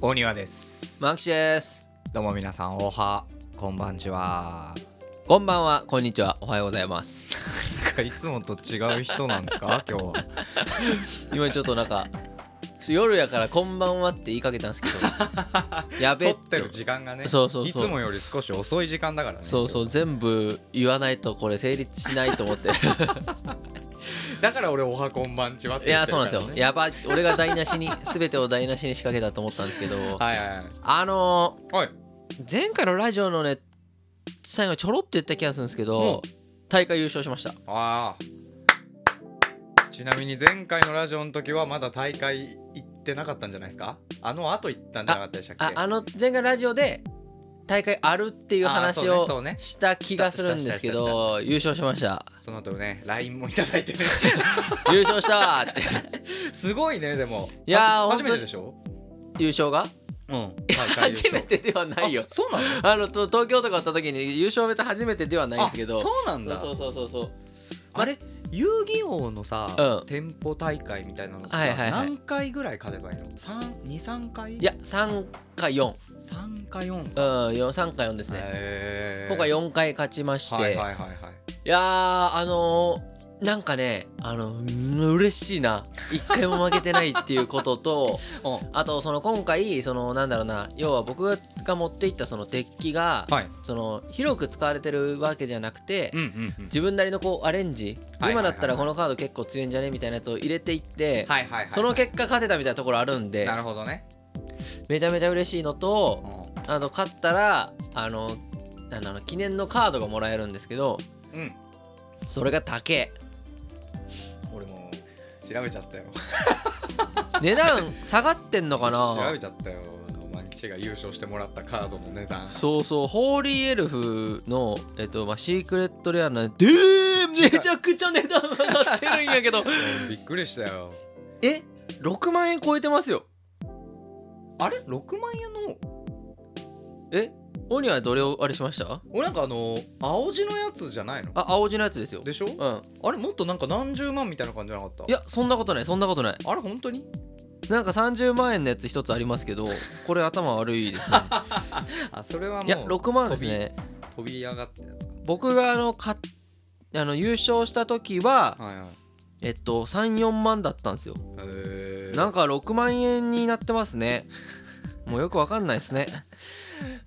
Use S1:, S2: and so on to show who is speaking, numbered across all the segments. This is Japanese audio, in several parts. S1: 大庭です、
S2: マキシです。
S1: どうも皆さんおはこんばんちは
S2: こんばんは、こんにちは、おはようございます。
S1: なんかいつもと違う人なんです か今日は
S2: 今ちょっとなんか、夜やからこんばんはって言いかけたんですけど、 やべ
S1: 撮
S2: え
S1: ってる時間がね
S2: そうそう
S1: い
S2: そう
S1: つもより少し遅い時間だからね
S2: そうそう、全部言わないとこれ成立しないと思って。
S1: だから俺おはこんばんちはって
S2: い
S1: 言
S2: や、
S1: って
S2: そ
S1: る
S2: う
S1: か
S2: なん
S1: ら、
S2: で
S1: ね、
S2: すよ。やばい、俺が台無しに、すべてを台無しに仕掛けたと思ったんですけど、
S1: はいはいはい
S2: あの
S1: おい
S2: ー、前回のラジオのね、最後ちょろっと言った気がするんですけど、大会優勝しました。
S1: ああちなみに前回のラジオの時はまだ大会行ってなかったんじゃないですかあの後行ったんじゃなかったでしたっけ
S2: ああの前回ラジオで大会あるっていう話
S1: あーそうねそう
S2: を
S1: ね
S2: した気がするんですけ
S1: したした
S2: ど優勝しました
S1: その後ね LINE もいただ いてね
S2: 優勝したーって
S1: すごいねでも
S2: いやー
S1: 初
S2: 本
S1: め
S2: 当
S1: てでしょ
S2: 優勝が
S1: うん
S2: 初めてではないよ
S1: あそうなの
S2: あのと東京とかあった時に優勝別に初めてではないんですけど
S1: あそうなんだ
S2: そうそうそうそう
S1: あれ遊戯王のさ、
S2: うん
S1: 店舗大会みたいなのってさ、
S2: はいはいはい
S1: 何回ぐらい勝てばいいの ?23 回
S2: いや3か4
S1: 3か4
S2: うん3か4ですね
S1: へ
S2: 今回4回勝ちまして、
S1: はい
S2: い
S1: はいはいはい
S2: やーあのーなんかねあのうん嬉しいな一回も負けてないっていうことと
S1: うん
S2: あとその今回そのなんだろうな要は僕が持っていったその鉄器が、
S1: はい
S2: その広く使われてるわけじゃなくて、
S1: うんうんうん
S2: 自分なりのこうアレンジ、
S1: はいはいはい
S2: 今だったらこのカード結構強いんじゃねみたいなやつを入れていって、
S1: はいはいはいはい
S2: その結果勝てたみたいなところあるんで
S1: なるほどね、
S2: めちゃめちゃ嬉しいの
S1: う
S2: と
S1: ん
S2: あの勝ったらあのなんだろう記念のカードがもらえるんですけど
S1: うん、
S2: それが高え
S1: 俺も調べちゃったよ
S2: 値段下がってんのか
S1: 調
S2: な
S1: べちゃったよマン吉が優勝してもらったカードの値段
S2: そうそうホーリーエルフの、えっとまあ、シークレットレアなえー、めちゃくちゃ値段上がってるんや けど
S1: うんびっくりしたよ
S2: え6万円超えてますよ
S1: あれ6万円の
S2: え鬼はどれをあれしました
S1: 俺なんかあの青字のやつじゃないの
S2: あ青字のやつですよ
S1: でしょ
S2: うん
S1: あれもっとなんか何十万みたいな感じじゃなかった
S2: いやそんなことないそんなことない
S1: あれ本当に
S2: なんか30万円のやつ一つありますけど これ頭悪 いですね
S1: あそれはもう
S2: いや6万ですね
S1: 飛び上がったやつか
S2: 僕があのかあの優勝した時
S1: は
S2: は
S1: いはい
S2: えっと34万だったんですよ
S1: へえ
S2: なん
S1: か
S2: か6万円になってますねもうよくわかんないですね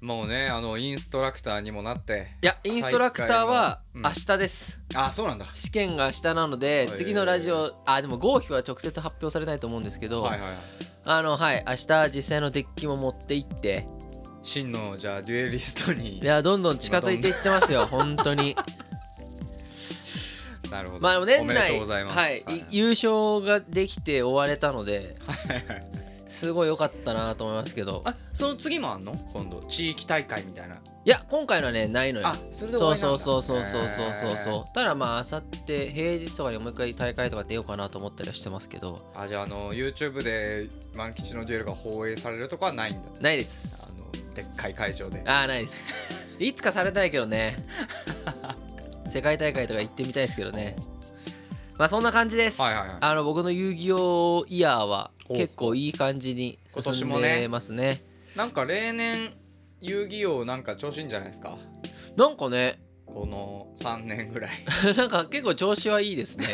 S1: もうねあのインストラクターにもなって
S2: いやインストラクターは
S1: 大会の
S2: 明日です、
S1: あそうなんだ
S2: 試験が明日なので次のラジ
S1: へ
S2: オあでも合否は直接発表されないと思うんですけど、
S1: はいはいはい
S2: あのはい明日実際のデッキも持って行って
S1: 真のじゃあデュエリストに
S2: いやどんどん近づいていってますよ本当に
S1: なるほど
S2: まあでも年
S1: おめでとう
S2: 内
S1: ございます
S2: はい
S1: はい
S2: い優勝ができて終われたので
S1: はいはい
S2: すごい良かったなと思いますけど
S1: あその次もあんの今度地域大会みたいない
S2: や今回のはねないのよ
S1: あそれで終
S2: そ
S1: わりな
S2: う
S1: ん
S2: そ
S1: だ
S2: うそうそうそうそうそう
S1: へ
S2: そうただまああさって平日とかにもう一回大会とか出ようかなと思ったりはしてますけど
S1: ーあじゃああの YouTube で万吉のデュエルが放映されるとかはないんだ
S2: ないです
S1: あのでっかい会場で
S2: ああないですいつかされたいけ どね世界大会とか行ってみたいですけどねまあそんな感じです、
S1: はいはいはい
S2: あの僕の遊戯王イヤーは
S1: お
S2: 結構いい感じに
S1: 今年
S2: 進
S1: も
S2: ん
S1: ね
S2: でますね
S1: なんか例年遊戯王なんか調子いいんじゃないですか
S2: なんかね
S1: この3年ぐらい
S2: なんか結構調子はい いですね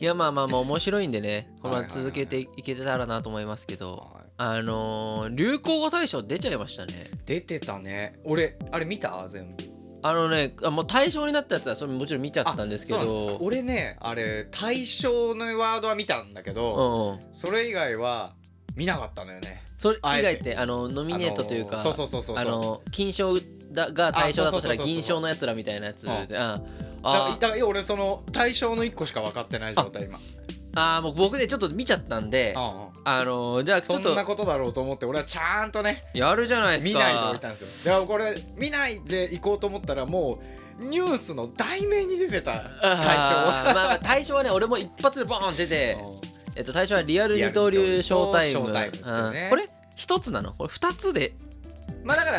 S2: いやまあまあまあ面白いんでねこのまま続けていけてたらなと思いますけど
S1: はい
S2: あのー流行語大賞出ちゃいましたね
S1: 出てたね俺あれ見た全部
S2: あのねあもう大賞になったやつはそれもちろん見ちゃったんですけ
S1: あそうなんだ
S2: ど
S1: 俺ねあれ対象のワードは見たんだけ
S2: う
S1: ど、
S2: んうん
S1: それ以外は見なかったのよね
S2: それ以
S1: あえて
S2: 外ってあのノミネートというか
S1: あのーそうそうそうそう
S2: あ
S1: そう
S2: の金賞だが対象だとしたら
S1: あそうそうそうそう
S2: 銀賞のやつらみたいなやつ
S1: うん
S2: で
S1: だ
S2: あ
S1: から
S2: あ
S1: だから俺その対象の1個しか分かってない状態今
S2: あーもう僕ねちょっと見ちゃったんで
S1: うんうん
S2: あのーじゃあち
S1: そ
S2: ょっ
S1: んな
S2: と
S1: ことだろうと思って俺はちゃんとね
S2: やるじゃないです
S1: 見
S2: か
S1: ないでおいたんですよだからこれ見ないで行こうと思ったらもうニュースの題名に出てた対象
S2: あーまあまあ大賞はね俺も一発でボーン出て、えっと、大賞はリアル二刀
S1: リアル
S2: 流
S1: 二
S2: ショー
S1: 刀
S2: タ
S1: 流
S2: イム
S1: ショータイムってね
S2: うんこれ一つなのこれ二つ で
S1: まあだから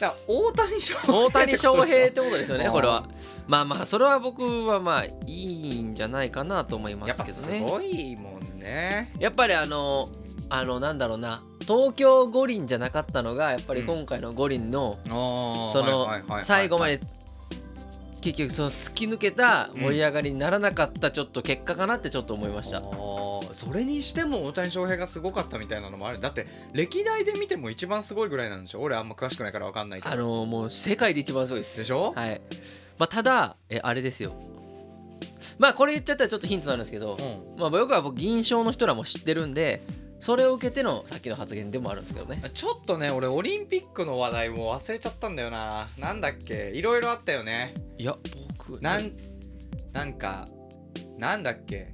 S1: だから大谷翔平
S2: 大谷翔平ってことですよ
S1: う
S2: ね
S1: ん
S2: これはまあまあそれは僕はまあいいんじゃないかなと思いま
S1: やっ
S2: す
S1: ぱ
S2: けど
S1: す
S2: ね
S1: ごいもんね
S2: やっぱりあのあのなんだろうな東京五輪じゃなかったのがやっぱり今回の五輪のそ
S1: そ
S2: の最後ま
S1: で
S2: で結局その突き抜けた盛り上がりにならなかったちょっと結果かなってちょっと思いました。
S1: それにしても大谷翔平がすごかったみたいなのもあるだって歴代で見ても一番すごいぐらいなんでしょ俺あんま詳しくないから分かんないけ
S2: あ
S1: ど
S2: のもう世界で一番すごいです。
S1: でしょ
S2: はい。まあただえあれですよ。まあこれ言っちゃったらちょっとヒントになるんですけど
S1: う、ん
S2: まあ僕は僕銀賞の人らも知ってるんで、それを受けてのさっきの発言でもあるんですけどね。
S1: ちょっとね俺オリンピックの話題も忘れちゃったんだよななんだっけいろいろあったよね
S2: いや僕
S1: なんなんかなんだっけ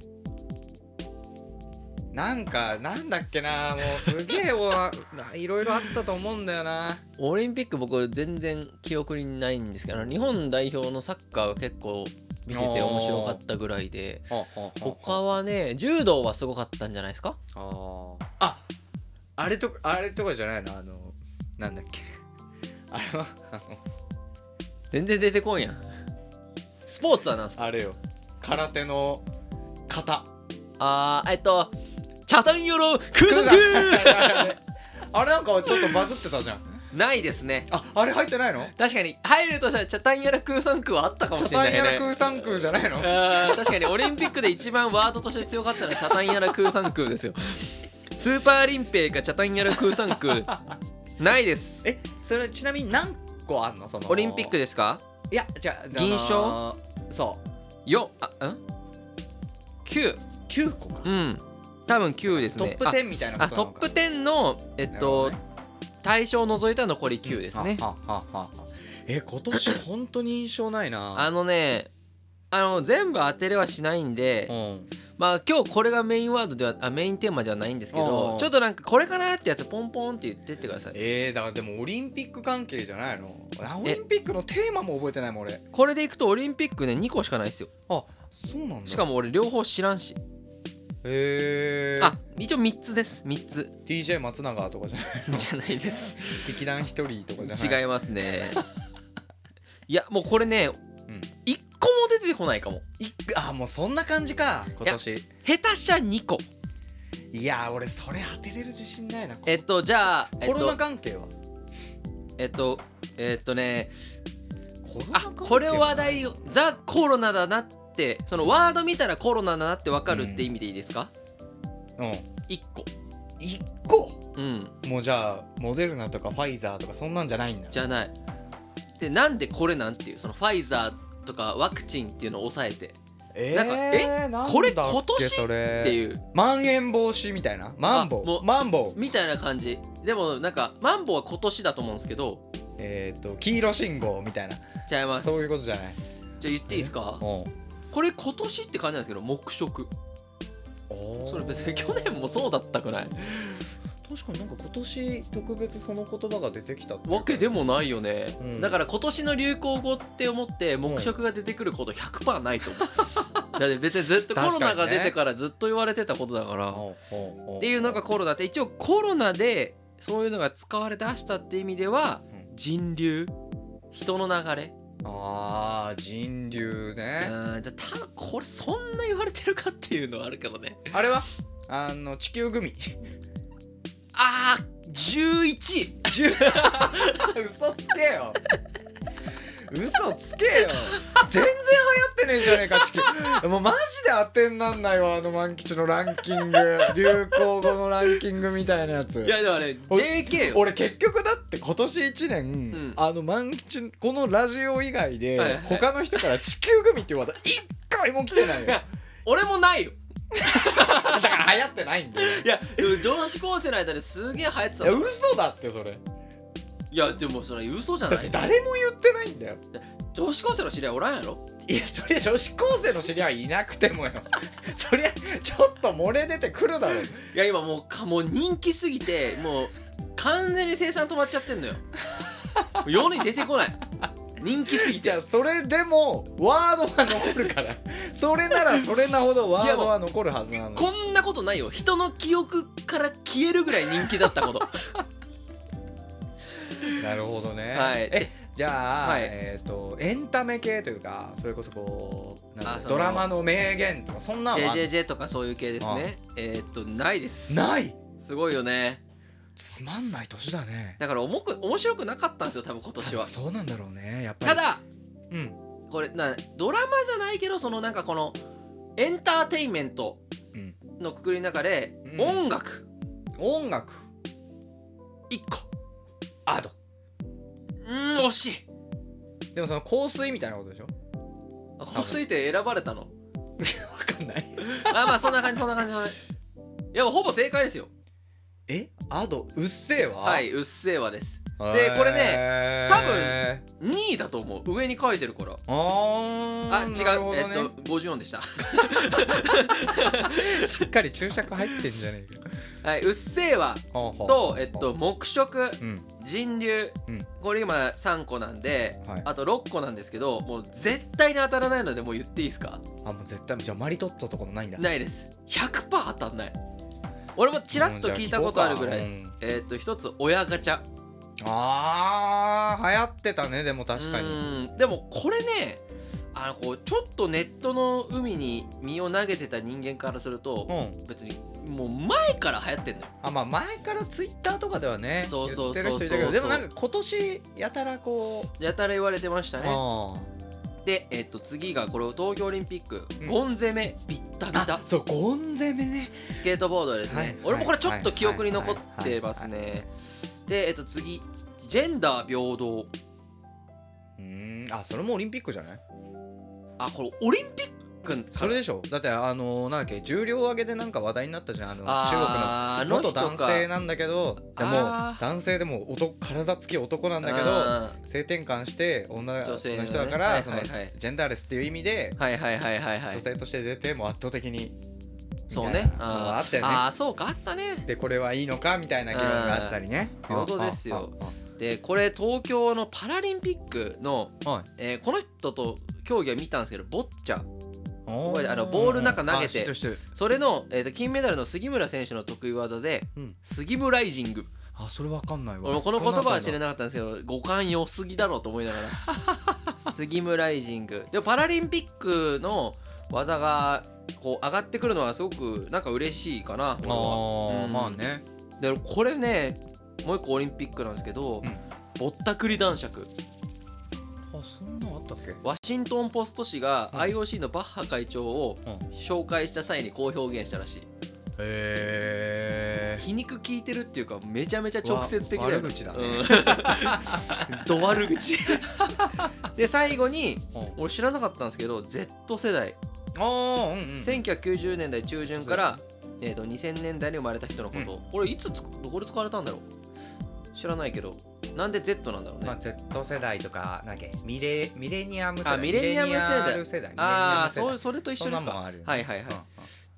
S1: なんかなんだっけなもうすげえお ないろいろあったと思うんだよな
S2: オリンピック僕全然記憶にないんですけど日本代表のサッカーが結構見てて面白かったぐらいで他はね柔道はすごかったんじゃないですか
S1: あーああれとあれとかじゃないのあのなんだっけあれはあの
S2: 全然出てこんやんスポーツはなんすか
S1: あれよ空手の型
S2: あーえっとチャタンヨロ空
S1: 空
S2: 足
S1: だ あれなんかちょっとバズってたじゃん
S2: ないですね
S1: ああれ入ってないの
S2: 確かに入るとしたらチャタンヨロ空足はあったかもし
S1: チ
S2: れ
S1: ャタ
S2: ない
S1: ンヤラ
S2: ね
S1: 空三空じゃないの
S2: あー確かにオリンピックで一番ワードとして強かったのはチャタンヤラ空三空ですよスーパーリンペイかチャタンヤラ空三空な いです
S1: えそれちなみに何個あんのその
S2: オリンピックですか
S1: いやじゃあじゃあ
S2: 銀賞
S1: そう
S2: よあん9
S1: 9個か、
S2: うん多分9です
S1: ト
S2: ね
S1: ップ10みたい
S2: あ
S1: な
S2: あ
S1: ことなの
S2: トップ
S1: か
S2: 10のえっ
S1: なるほ
S2: と、
S1: どね
S2: 対象を除いた残り9ですね
S1: ああああえ今年本当に印象ないな
S2: あのねあの全部当てれはしないんで、
S1: うん
S2: まあ今日これがメインワードではあメインテーマではないんですけ
S1: う
S2: ど
S1: ん
S2: ちょっとなんかこれかなってやつポンポンって言ってってください
S1: えー、だからでもオリンピック関係じゃないのあオリンピックのテーマも覚えてないもん俺
S2: これでいくとオリンピックね2個しかないですよ
S1: あそうなんだ
S2: しか
S1: も
S2: も俺両方知らんし
S1: へえ
S2: あ一応3つです3つ
S1: DJ 松永とかじゃない
S2: じゃないです
S1: 劇団一人とかじゃない
S2: 違います ねいやもうこれね、
S1: うん
S2: 一1個も出てこないかも
S1: いあもうそんな感じか今年い
S2: 下手したら2個
S1: や俺それ当てれる自信ないな
S2: えっとじゃあえっ
S1: コロナ
S2: と
S1: 関係は
S2: えっとえっとね
S1: コロナ
S2: あ
S1: 関係
S2: これを話
S1: は
S2: 題をザ・コロナだなってそのワード見たらコロナだなって分かるって意味でいいですか、
S1: ないうん
S2: 一1個
S1: 一個
S2: うん
S1: もうじゃあモデルナとかファイザーとかそんなんじゃないんだ
S2: じゃないでなんでこれなんていうそのファイザーとかワクチンっていうのを抑えて
S1: え
S2: なんかえ
S1: なんだっけ
S2: これ今年
S1: それ
S2: っていう
S1: まん延防止みたいなマンボ
S2: あも
S1: ウ
S2: う
S1: マンボウ
S2: みたいな感じでもなんかマンボウは今年だと思うんですけど
S1: えっ、と黄色信号みたいな
S2: 違います
S1: そういうことじゃない
S2: じゃあ言っていいですかこれ今年って感じなんですけど黙食
S1: うん
S2: それ別に去年もそうだったくない
S1: 確かになんか今年特別その言葉が出てきたっていうか
S2: わけでもないよね、
S1: うん
S2: だから今年の流行語って思って黙食が出てくること100%ないと思う だって別にずっとコロ
S1: 確かにね
S2: ナが出てからずっと言われてたことだから、
S1: おうおうおう
S2: っていうのがコロナって一応コロナでそういうのが使われ出したって意味では
S1: うん
S2: 人流人の流れ
S1: あー人流
S2: う
S1: ね
S2: んじゃあただこれそんな言われてるかっていうのはあるけどね
S1: あれはあの地球グミ
S2: あー11位
S1: 嘘つけよ嘘つけよ全然流行ってねえじゃねえか地球もうマジで当てになんないわあの万吉のランキング流行語のランキングみたいなやつ
S2: いやでもね
S1: お
S2: JK よ
S1: 俺結局だって今年1年、
S2: ん
S1: あの万吉このラジオ以外で、
S2: はいはい
S1: 他の人から地球グミって言われた一回も来て ないよ
S2: いや俺もないよ
S1: だから流行ってないんだよ
S2: いやでも女子高生の間ですげえ流行ってた
S1: いや
S2: の
S1: 嘘だってそれ
S2: いやでもそれ嘘じゃ
S1: だ
S2: な
S1: って
S2: い
S1: 誰も言ってないんだよ
S2: 女子高生の知り合いおらんやろ
S1: いやそりゃ女子高生の知り合いいなくてもよ そりゃちょっと漏れ出てくるだろ
S2: いや今もうかもう人気すぎてもう完全に生産止まっちゃって んのよ世に出てこない人気すぎ
S1: じ
S2: ち
S1: ゃ
S2: ゃ
S1: あ
S2: う
S1: それでもワードは残るからそれならそれなほどワードは残るはずなの
S2: こんなことないよ人の記憶から消えるぐらい人気だったこと
S1: なるほどね
S2: はい
S1: えじゃあ、
S2: はい
S1: えっ、とエンタメ系というかそれこそこうなん
S2: あ
S1: か
S2: そ
S1: ド
S2: の
S1: ラマの名言とかそんなのは
S2: JJJ とかそういう系ですねえーっとないです
S1: ない
S2: すごいよね
S1: つまんない年だね
S2: だから重く面白くなかったんですよ多分今年は
S1: そうなんだろうねやっぱ
S2: た
S1: り
S2: だ
S1: うん
S2: これなドラマじゃないけどそのなんかこのエンターテインメント
S1: うん
S2: のくくりの中で、
S1: うん
S2: 音楽
S1: 音楽
S2: 1個
S1: アート
S2: うん惜しい
S1: でもその香水みたいなことでしょ
S2: 香水って選ばれたの
S1: わかんない
S2: まあまあそんな感じそんな感じそんな感じいやほぼ正解ですよ
S1: えアートうっせえわ
S2: はい「うっせぇわ」です
S1: へー
S2: これね多
S1: あ
S2: 2位だと思う上に書いてるから
S1: ー
S2: あ違う、
S1: なるほどね
S2: えっと54でした
S1: しっかり注釈入ってんじゃねえか
S2: はい「うっせぇわ」
S1: ほうほう
S2: とえっと黙食
S1: うん
S2: 人流、
S1: うん
S2: これ今3個なんで
S1: はい
S2: あと6個なんですけどもう絶対に当たらないのでもう言っていいですか
S1: あもう絶対じゃあマリトッツォとかもないんだ
S2: ないです100%当たんない俺もちらっと聞いたことあるぐらい、
S1: うんじゃあ聞こうかうん
S2: えっと一つ親ガチャ
S1: あー流行ってたねでも確か
S2: う
S1: に
S2: ーんでもこれねあのこうちょっとネットの海に身を投げてた人間からする
S1: う
S2: と、
S1: ん
S2: 別にもう前から流行ってんのよ
S1: あまあ前からツイッターとかではね
S2: そうそうそう
S1: 言ってる人いたけ
S2: そうそ
S1: ど
S2: う
S1: でもなんか今年やたらこう
S2: やたら言われてましたね
S1: あー
S2: で、えっと次がこれ東京オリンピック、
S1: うん
S2: ゴン攻めビッタビタ
S1: あそうゴン攻めね
S2: スケートボードですね、
S1: はい
S2: 俺もこれちょっと記憶に残ってます
S1: はいはいはい
S2: ねでえっと次ジェンダー平等
S1: うーんあそれもオリンピックじゃない
S2: あこれオリンピックから
S1: それでしょだってあのなんだっけ重量挙げでなんか話題になったじゃんあの中
S2: あーあ
S1: 国の元
S2: 人か
S1: 男性なんだけどでも
S2: あー
S1: 男性でも男体つき男なんだけど
S2: あー
S1: 性転換して女
S2: 女
S1: の
S2: 性のね
S1: 人だか
S2: は
S1: ら
S2: い
S1: その
S2: はい
S1: ジ
S2: はい
S1: ェンダーレスっていう意味で
S2: はいはいはいはいはい
S1: 女性として出てもう圧倒的にみ
S2: そう
S1: たい
S2: ね
S1: なのがあったよね
S2: あーそうかあったね
S1: でこれはいいのかみたいな議論があったりね
S2: うん平等ですよでこれ東京のパラリンピックの、
S1: はい
S2: えーこの人と競技は見たんですけどボッチャ
S1: 覚
S2: えてあのボールの中投げて
S1: あ
S2: それの、えーと金メダルの杉村選手の得意技で、
S1: うん
S2: 杉村ライジング
S1: それわかんない
S2: 俺
S1: わ
S2: もこの言葉は知ら
S1: ない
S2: なかったんですけど五感良すぎだろうと思いなが ら杉村ライジングでもパラリンピックの技がこう上がってくるのはすごくなんか嬉しいか
S1: あ
S2: な俺は
S1: ー
S2: うん
S1: まあね
S2: でこれねもう一個オリンピックなんですけど、
S1: うん
S2: ぼったくり男爵
S1: あそんなのあったっけ
S2: ワシントン・ポスト紙が
S1: うん
S2: IOC のバッハ会長を
S1: うん
S2: 紹介した際にこう表現したらしい
S1: へえ
S2: 皮肉聞いてるっていうかめちゃめちゃ直接的だよ
S1: わ悪口だね
S2: うん ど悪 口で最後に俺知らなかったんですけど Z 世代
S1: ああうんうん
S2: 1990年代中旬から、えー、と2000年代に生まれた人のこと、これいつつくどこで使われたんだろう知らないけどなんで Z なんだろうね、
S1: まあ Z 世代とかなんだっけミレミレニアム世代
S2: あミレニアム世
S1: ミレニ
S2: 代
S1: アル世代
S2: ああそう
S1: そ
S2: それと一緒
S1: ん
S2: で
S1: な
S2: す
S1: もん
S2: か
S1: あるよね
S2: はいはいはい、
S1: うんうん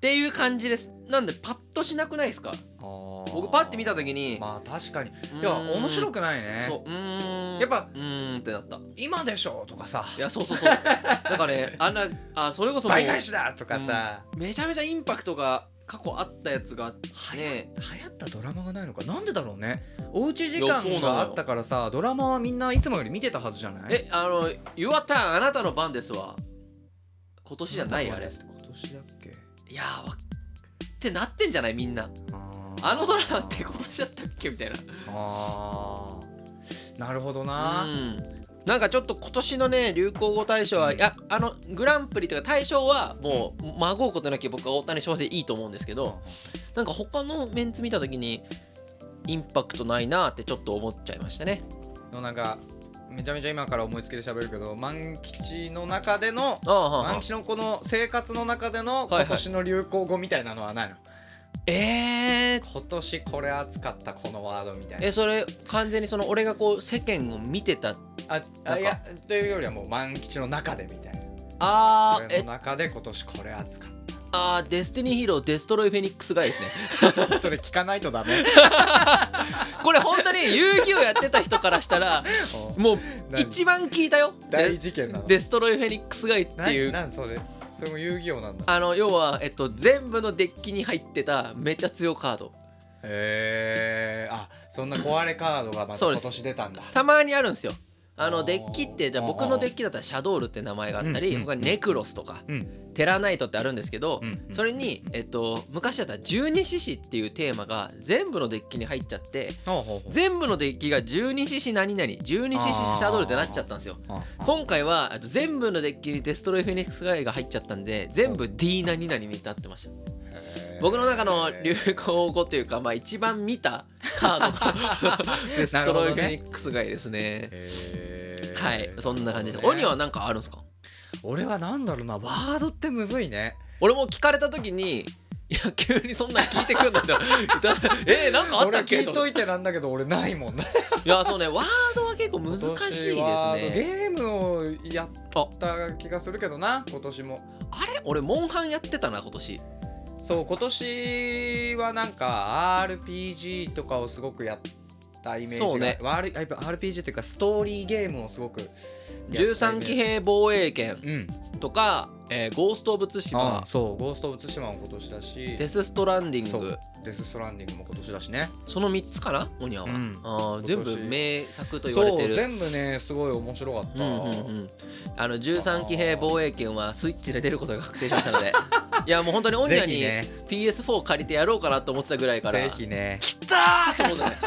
S2: っていう感じですなんでパッとしなくないですか僕
S1: 僕
S2: パッて見た時に
S1: まあ確かに
S2: うーん
S1: いや面白くないね
S2: そううーん
S1: やっぱ
S2: うーんってなったい
S1: 今でしょとかさ
S2: やそうそ うそうだからねあんなあそれこそもう
S1: 倍返しだとかさ
S2: めちゃめちゃインパクトが過去あったやつがね
S1: 流行ったドラマがないのかなんでだろうねおうち時
S2: いやそう
S1: 間
S2: なのよ
S1: があったからさドラマはみんないつもより見てたはずじゃない
S2: えあの「You are turn あなたの番ですわ」今年じゃないあれ
S1: 今年だっけ
S2: いやーわってなってんじゃないみんなあのドラマって今年だったっけみたいな
S1: あーなるほどな、
S2: うんなんかちょっと今年のね流行語大賞は、
S1: うん
S2: いやあのグランプリとか大賞はもうまごうことなき僕は大谷翔平でいいと思うんですけどなんか他のメンツ見た時にインパクトないなってちょっと思っちゃいましたね
S1: のなんかめちゃめちゃ今から思いつきで喋るけど万吉の中での
S2: ああはあは
S1: 万
S2: あ
S1: 吉のこの生活の中での
S2: いはい
S1: 今年の流行語みたいなのはないの、
S2: えー、
S1: 今年これ熱かったこのワードみたいな
S2: えそれ完全にその俺がこう世間を見てた
S1: ああ
S2: なんか
S1: いやというよりはもう万吉の中でみたいな
S2: あ
S1: こ
S2: ー
S1: れ
S2: え
S1: の中で今年これ熱かっ
S2: あーデスティニーヒーローデストロイフェニックスがですね
S1: たそれ聞かないとダメ
S2: これ本当に遊戯王やってた人からしたらもう
S1: 何
S2: 一番聞いたよ
S1: 大事件なの
S2: デストロイフェニックスガイって
S1: 何
S2: いう
S1: 何それそれも遊戯王なんだ
S2: あの要は、えっと、全部のデッキに入ってためっちゃ強カード
S1: へえあそんな壊れカードがまた
S2: そうで
S1: 今
S2: す
S1: 年出たんだ
S2: たまにあるんですよあ
S1: あ
S2: の
S1: ー
S2: デッキってじゃあ僕のデッキだったらシャドールって名前があったり、
S1: うん
S2: 他にネクロスとか、
S1: うん
S2: テラナイトってあるんですけど、
S1: うんうん
S2: それに、えっと、昔だったら十二獅子っていうテーマが全部のデッキに入っちゃって
S1: ほうほうほう
S2: 全部のデッキが十二獅子何々十二獅子シャドールってなっちゃったんですよ。
S1: あ
S2: 今回はあと全部のデッキにデストロイフェニックスガイが入っちゃったんで全部 D 何々に至ってました
S1: へー
S2: 僕の中の流行語というか、まあ、一番見たカードデストロイフェニックスガイですね
S1: へー
S2: はいそんな感じです、
S1: るほどね
S2: 鬼は何かあるんですか
S1: 俺はなんだろうなワードってむずいね
S2: 俺も聞かれた時にいや急にそんなん聞いてくんだって えなんかあっ
S1: 俺
S2: たっけ
S1: 聞い
S2: と
S1: と
S2: 思っ
S1: いてなんだけど俺ないもんね
S2: ていやそうねワードは結構難しいですね
S1: 今年はゲームをやった気がするけどな今年も
S2: あれ俺モンハンやってたな今年
S1: そう今年はなんか RPG とかをすごくやったイメージが
S2: そうね
S1: わる RPG というかストーリーゲームをすごくやったイメージ
S2: 13騎兵防衛権
S1: うん
S2: とか、えーゴースト・オブ・ツシマ
S1: そうゴースト・オブ・ツシマも今年だし
S2: デス・ストランディン
S1: そ
S2: グ
S1: うデス・ストランディングも今年だしね
S2: その3つかなオニャンは、
S1: うん
S2: あー全
S1: 今
S2: 部
S1: 年
S2: 名作と言われ
S1: そ
S2: て
S1: う
S2: る
S1: 全部ねすごい面白かった、
S2: うんうんうん、あの13騎兵防衛権はスイッチで出ることが確定しましたの でいやもう本当にオニ
S1: ぜ
S2: ャン
S1: ひ
S2: に
S1: ね
S2: PS4 借りてやろうかなと思ってたぐらいから
S1: ぜひね
S2: 来たーと思ってね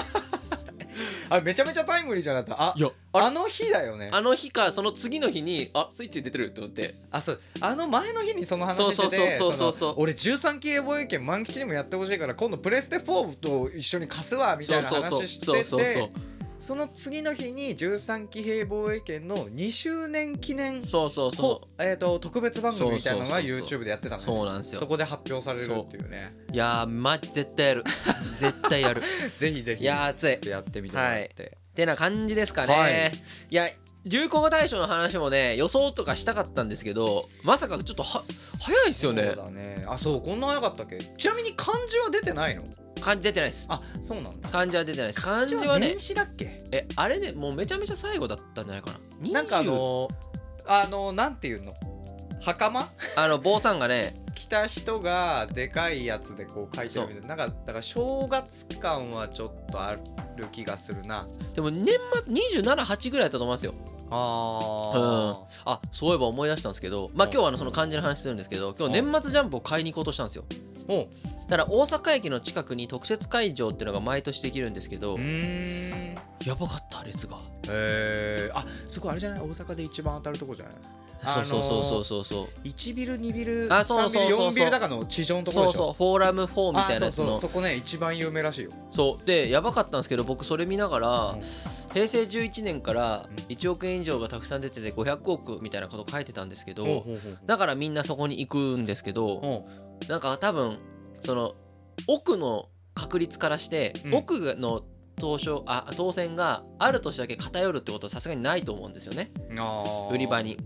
S1: あれめちゃめちゃタイムリーじゃなかったあ
S2: いや
S1: あの日だよね
S2: あの日かその次の日にあスイッチ出てると思って
S1: あそうあの前の日にその話してて
S2: そうそうそうそうそう
S1: その俺13期防衛権満吉にもやってほしいから今度プレステ4と一緒に貸すわみたいな
S2: そうそう
S1: 話してて
S2: そうそうそう
S1: その次の日に13期兵防衛権の2周年記念
S2: そうそ
S1: こ、
S2: うそう
S1: えー、と特別番組みたいなのが
S2: そうそうそうそう
S1: YouTube でやってた
S2: う
S1: の
S2: そう
S1: ね
S2: なんです
S1: そ
S2: よ
S1: こで発表されるっていうね
S2: いやーま絶対や る絶対やる
S1: ぜひぜ
S2: いやー熱い
S1: やってみて、
S2: もらってってな感じですかね、
S1: はい
S2: い、や流行語大賞の話もね予想とかしたかったんですけどまさかちょっとは早いです
S1: そ
S2: よ
S1: う
S2: ね
S1: だねあそうこんな早かったっけちなみに漢字は出てないの
S2: 漢字出てないです
S1: あそうなんだ
S2: 漢字は出てないです漢字はね
S1: 年始だっけ
S2: えあれねもうめちゃめちゃ最後だったんじゃないかな
S1: なんかあ
S2: 20
S1: のあのなんていうの袴
S2: あの坊さんがね
S1: 着た人がでかいやつでこう書いてるみたいななんかだから正月感はちょっとある気がするな
S2: でも年末278ぐらいだったと思いますよ
S1: あ
S2: あそういえば思い出したんですけどまあ
S1: うん
S2: 今日はあのその漢字の話するんですけど今日年末ジャンプを買いに行こうとしたんですよ
S1: うんおう
S2: だから大阪駅の近くに特設会場っていうのが毎年できるんですけど
S1: ーん
S2: やばかった列が
S1: えー、あそこあれじゃない大阪で一番当たるとこじゃないあのー
S2: そうそうそうそうそう
S1: 1ビル2ビル
S2: あそうそうそうそう
S1: 3ビル4ビル高の地上のところ
S2: そ
S1: で
S2: う
S1: しょ
S2: そうフォーラム4み
S1: あ
S2: たいなやつ
S1: そうそ
S2: の
S1: うそこね一番有名らしいよ
S2: そうでやばかったんですけど僕それ見ながら、
S1: うん
S2: 平成11年から
S1: うん
S2: 1億円以上がたくさん出てて500億みたいなこと書いてたんですけど、
S1: ほうほう
S2: だからみんなそこに行くんですけど、
S1: ほう
S2: なんか多分その奥の確率からして、
S1: うん
S2: 奥の当初あ当選がある年だけ偏るってことはさすがにないと思うんですよね
S1: うんあー
S2: 売り場に。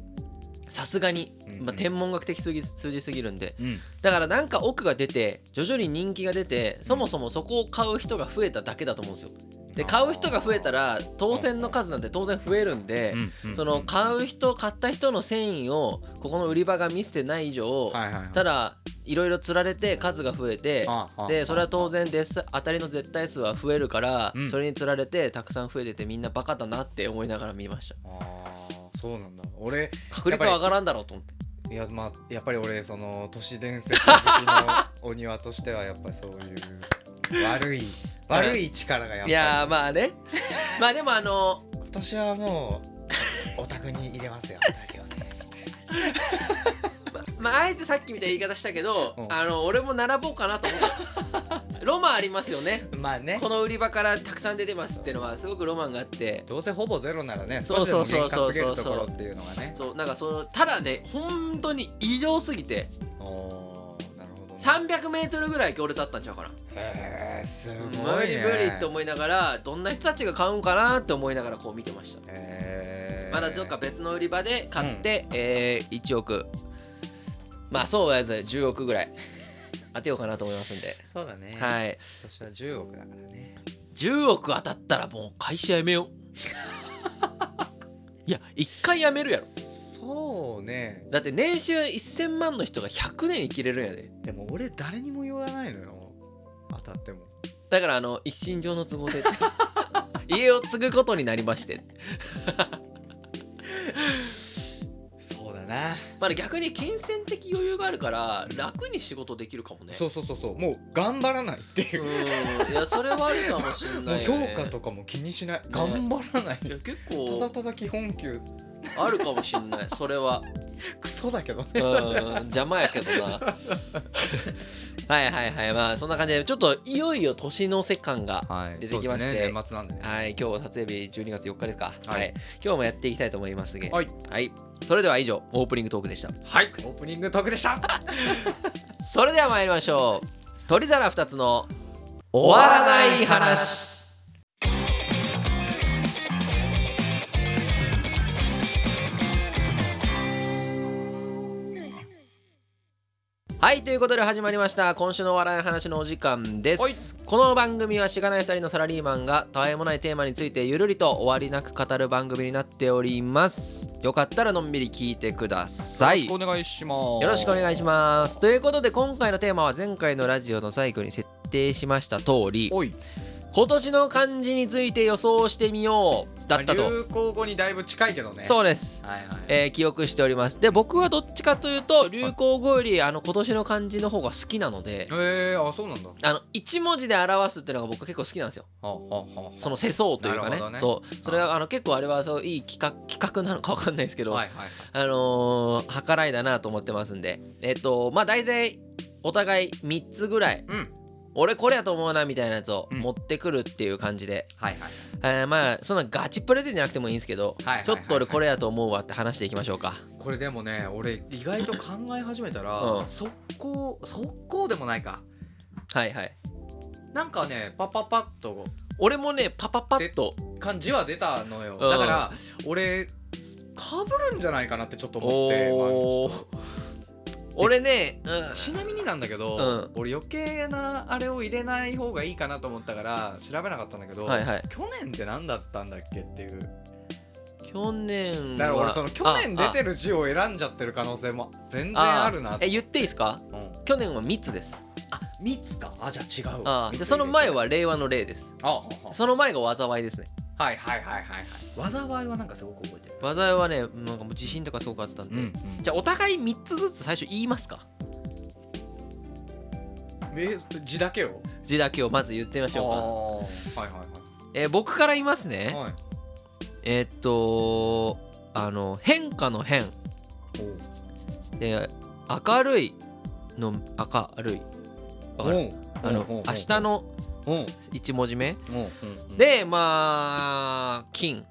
S2: さすがに
S1: うんう、ん
S2: まあ、天文学的すぎ数字すぎるんで
S1: うん
S2: だからなんか奥が出て徐々に人気が出てそもそもそこを買う人が増えただけだと思うんですよ。で買う人が増えたら当選の数なんて当然増えるんで
S1: うんうん
S2: その買う人買った人の繊維をここの売り場が見せてない以上
S1: はいはいはい
S2: ただいろいろつられて数が増えて
S1: ああ
S2: でそれは当然デス当たりの絶対数は増えるから
S1: うん
S2: それにつられてたくさん増えててみんなバカだなって思いながら見ました
S1: あーそうなんだ俺
S2: 確率は上がらんだろうと思って
S1: いやまあやっぱり俺その都市伝説好き のお庭としてはやっぱそういう悪い悪い力がやっぱり
S2: いやーまあね まあでもあの
S1: 今年はもうお宅に入れますよ二人をね
S2: まあ、あえてさっきみたいな言い方したけど、
S1: うん
S2: あの俺も並ぼうかなと思 ったロマンありますよね
S1: まあね
S2: この売り場からたくさん出てますっていうのはすごくロマンがあって
S1: どうせほぼゼロならね
S2: そう
S1: 少しでも
S2: そ
S1: 原価
S2: うそ
S1: つ
S2: うそう
S1: けるところっていうのがね
S2: そうなんかそのただね本当に異常すぎて
S1: おーなるほどね
S2: 300m ぐらい行列あったんちゃうかな、
S1: へえすご
S2: 無
S1: い
S2: 理
S1: ね
S2: 無理と思いながらどんな人たちが買うんかなって思いながらこう見てました、
S1: へー
S2: まだどっか別の売り場で買って、えー1億まあそうやず10億ぐらい当てようかなと思いますんで、
S1: そうだね今
S2: はい
S1: 年は10億だからね
S2: 10億当たったらもう会社辞め よういや1回辞めるやろ
S1: そうね
S2: だって年収1000万の人が100年生きれるんやで
S1: でも俺誰にも言わないのよ当たっても
S2: だからあの一身上の都合で家を継ぐことになりまして
S1: そうだな
S2: まあね逆に金銭的余裕があるから楽に仕事できるかもね
S1: そうそうそうそうもう頑張らないっていうう、
S2: んいやそれはあるかもしん
S1: も
S2: な
S1: う
S2: い、ね、
S1: 評価とかも気にしない、頑張らない
S2: いや結
S1: ただ
S2: 構
S1: ただ基本給
S2: あるかもしんないそれは
S1: クソだけどね
S2: うん邪魔や けどなはいはいはいまあそんな感じでちょっといよいよ年の瀬感が
S1: はい
S2: 出てきまして
S1: そうですね、年末なんでね
S2: はい今日撮影日12月4日ですかは、
S1: はいい
S2: 今日もやっていきたいと思いますが
S1: はい、
S2: はい、それでは以上オープニングトークでした
S1: はい、オープニングトークでした
S2: それでは参りましょう鳥皿2つの終わらない話はいということで始まりました今週の笑い話のお時間で
S1: はい
S2: すこの番組はしがない2人のサラリーマンがたわいもないテーマについてゆるりと終わりなく語る番組になっておりますよかったらのんびり聞いてください
S1: よろしくお願いします
S2: よろしくお願いします。ということで今回のテーマは前回のラジオの最後に設定しました通り
S1: おい
S2: 今年の漢字について予想してみようだったと、
S1: 流行語にだいぶ近いけどね
S2: そうです、
S1: はいはい、
S2: えー記憶しておりますで僕はどっちかというと流行語よりあの今年の漢字の方が好きなので
S1: えー、あそうなんだは
S2: あの一文字で表すっていうのが僕は結構好きなんですよ
S1: あはあはあ
S2: その世相というか
S1: な
S2: ね
S1: るほどね
S2: そうそれはあの結構あれはそういい企画企画なのか分かんないですけど、
S1: はいはいはい
S2: あのー計らいだなと思ってますんでえっとまあ大体お互い3つぐらい
S1: うん
S2: 俺これやと思うなみたいなやつを
S1: うん
S2: 持ってくるっていう感じで、
S1: はいはい
S2: えーまあそんなガチプレゼンじゃなくてもいいんですけど、
S1: はいはいはいはい
S2: ちょっと俺これやと思うわって話していきましょうか
S1: これでもね俺意外と考え始めたら、
S2: うん
S1: 速攻速攻でもないか
S2: はいはい
S1: なんかねパパパッと
S2: 俺もねパパパッと
S1: 感じは出たのよ
S2: うん
S1: だから俺かぶるんじゃないかなってちょっと思って
S2: お
S1: まあちょ
S2: ー
S1: っ
S2: 俺ね、うん
S1: とちなみになんだけど、
S2: うん
S1: 俺余計なあれを入れない方がいいかなと思ったから調べなかったんだけど、
S2: はいはい
S1: 去年って何だったんだっけっていう
S2: 去年は
S1: だから俺その去年出て
S2: る
S1: る字を選んじゃってる可能性も全然あるなって
S2: え言っていいですか
S1: うん
S2: 去年は3つです
S1: あ三つかあじゃあ違うわ
S2: あ
S1: 三つ入れ
S2: で
S1: て
S2: その前は令和の令です
S1: あはは
S2: その前が災いですね
S1: はいはいはいはいはい。災いはなんかすごく覚えてる。
S2: 災いはねなんかもう地震とかすごくあったんで、じゃあお互い3つずつ最初言いますか
S1: え字だけを。
S2: 字だけをまず言ってみましょうか
S1: あーはいはい
S2: えー僕から言います
S1: は
S2: ね、
S1: い。はい。
S2: えーっとあの変化の変で明るいの明るいわかる
S1: う
S2: あの明日。の
S1: おう
S2: 1文字
S1: お
S2: 目
S1: う。で
S2: でまあ金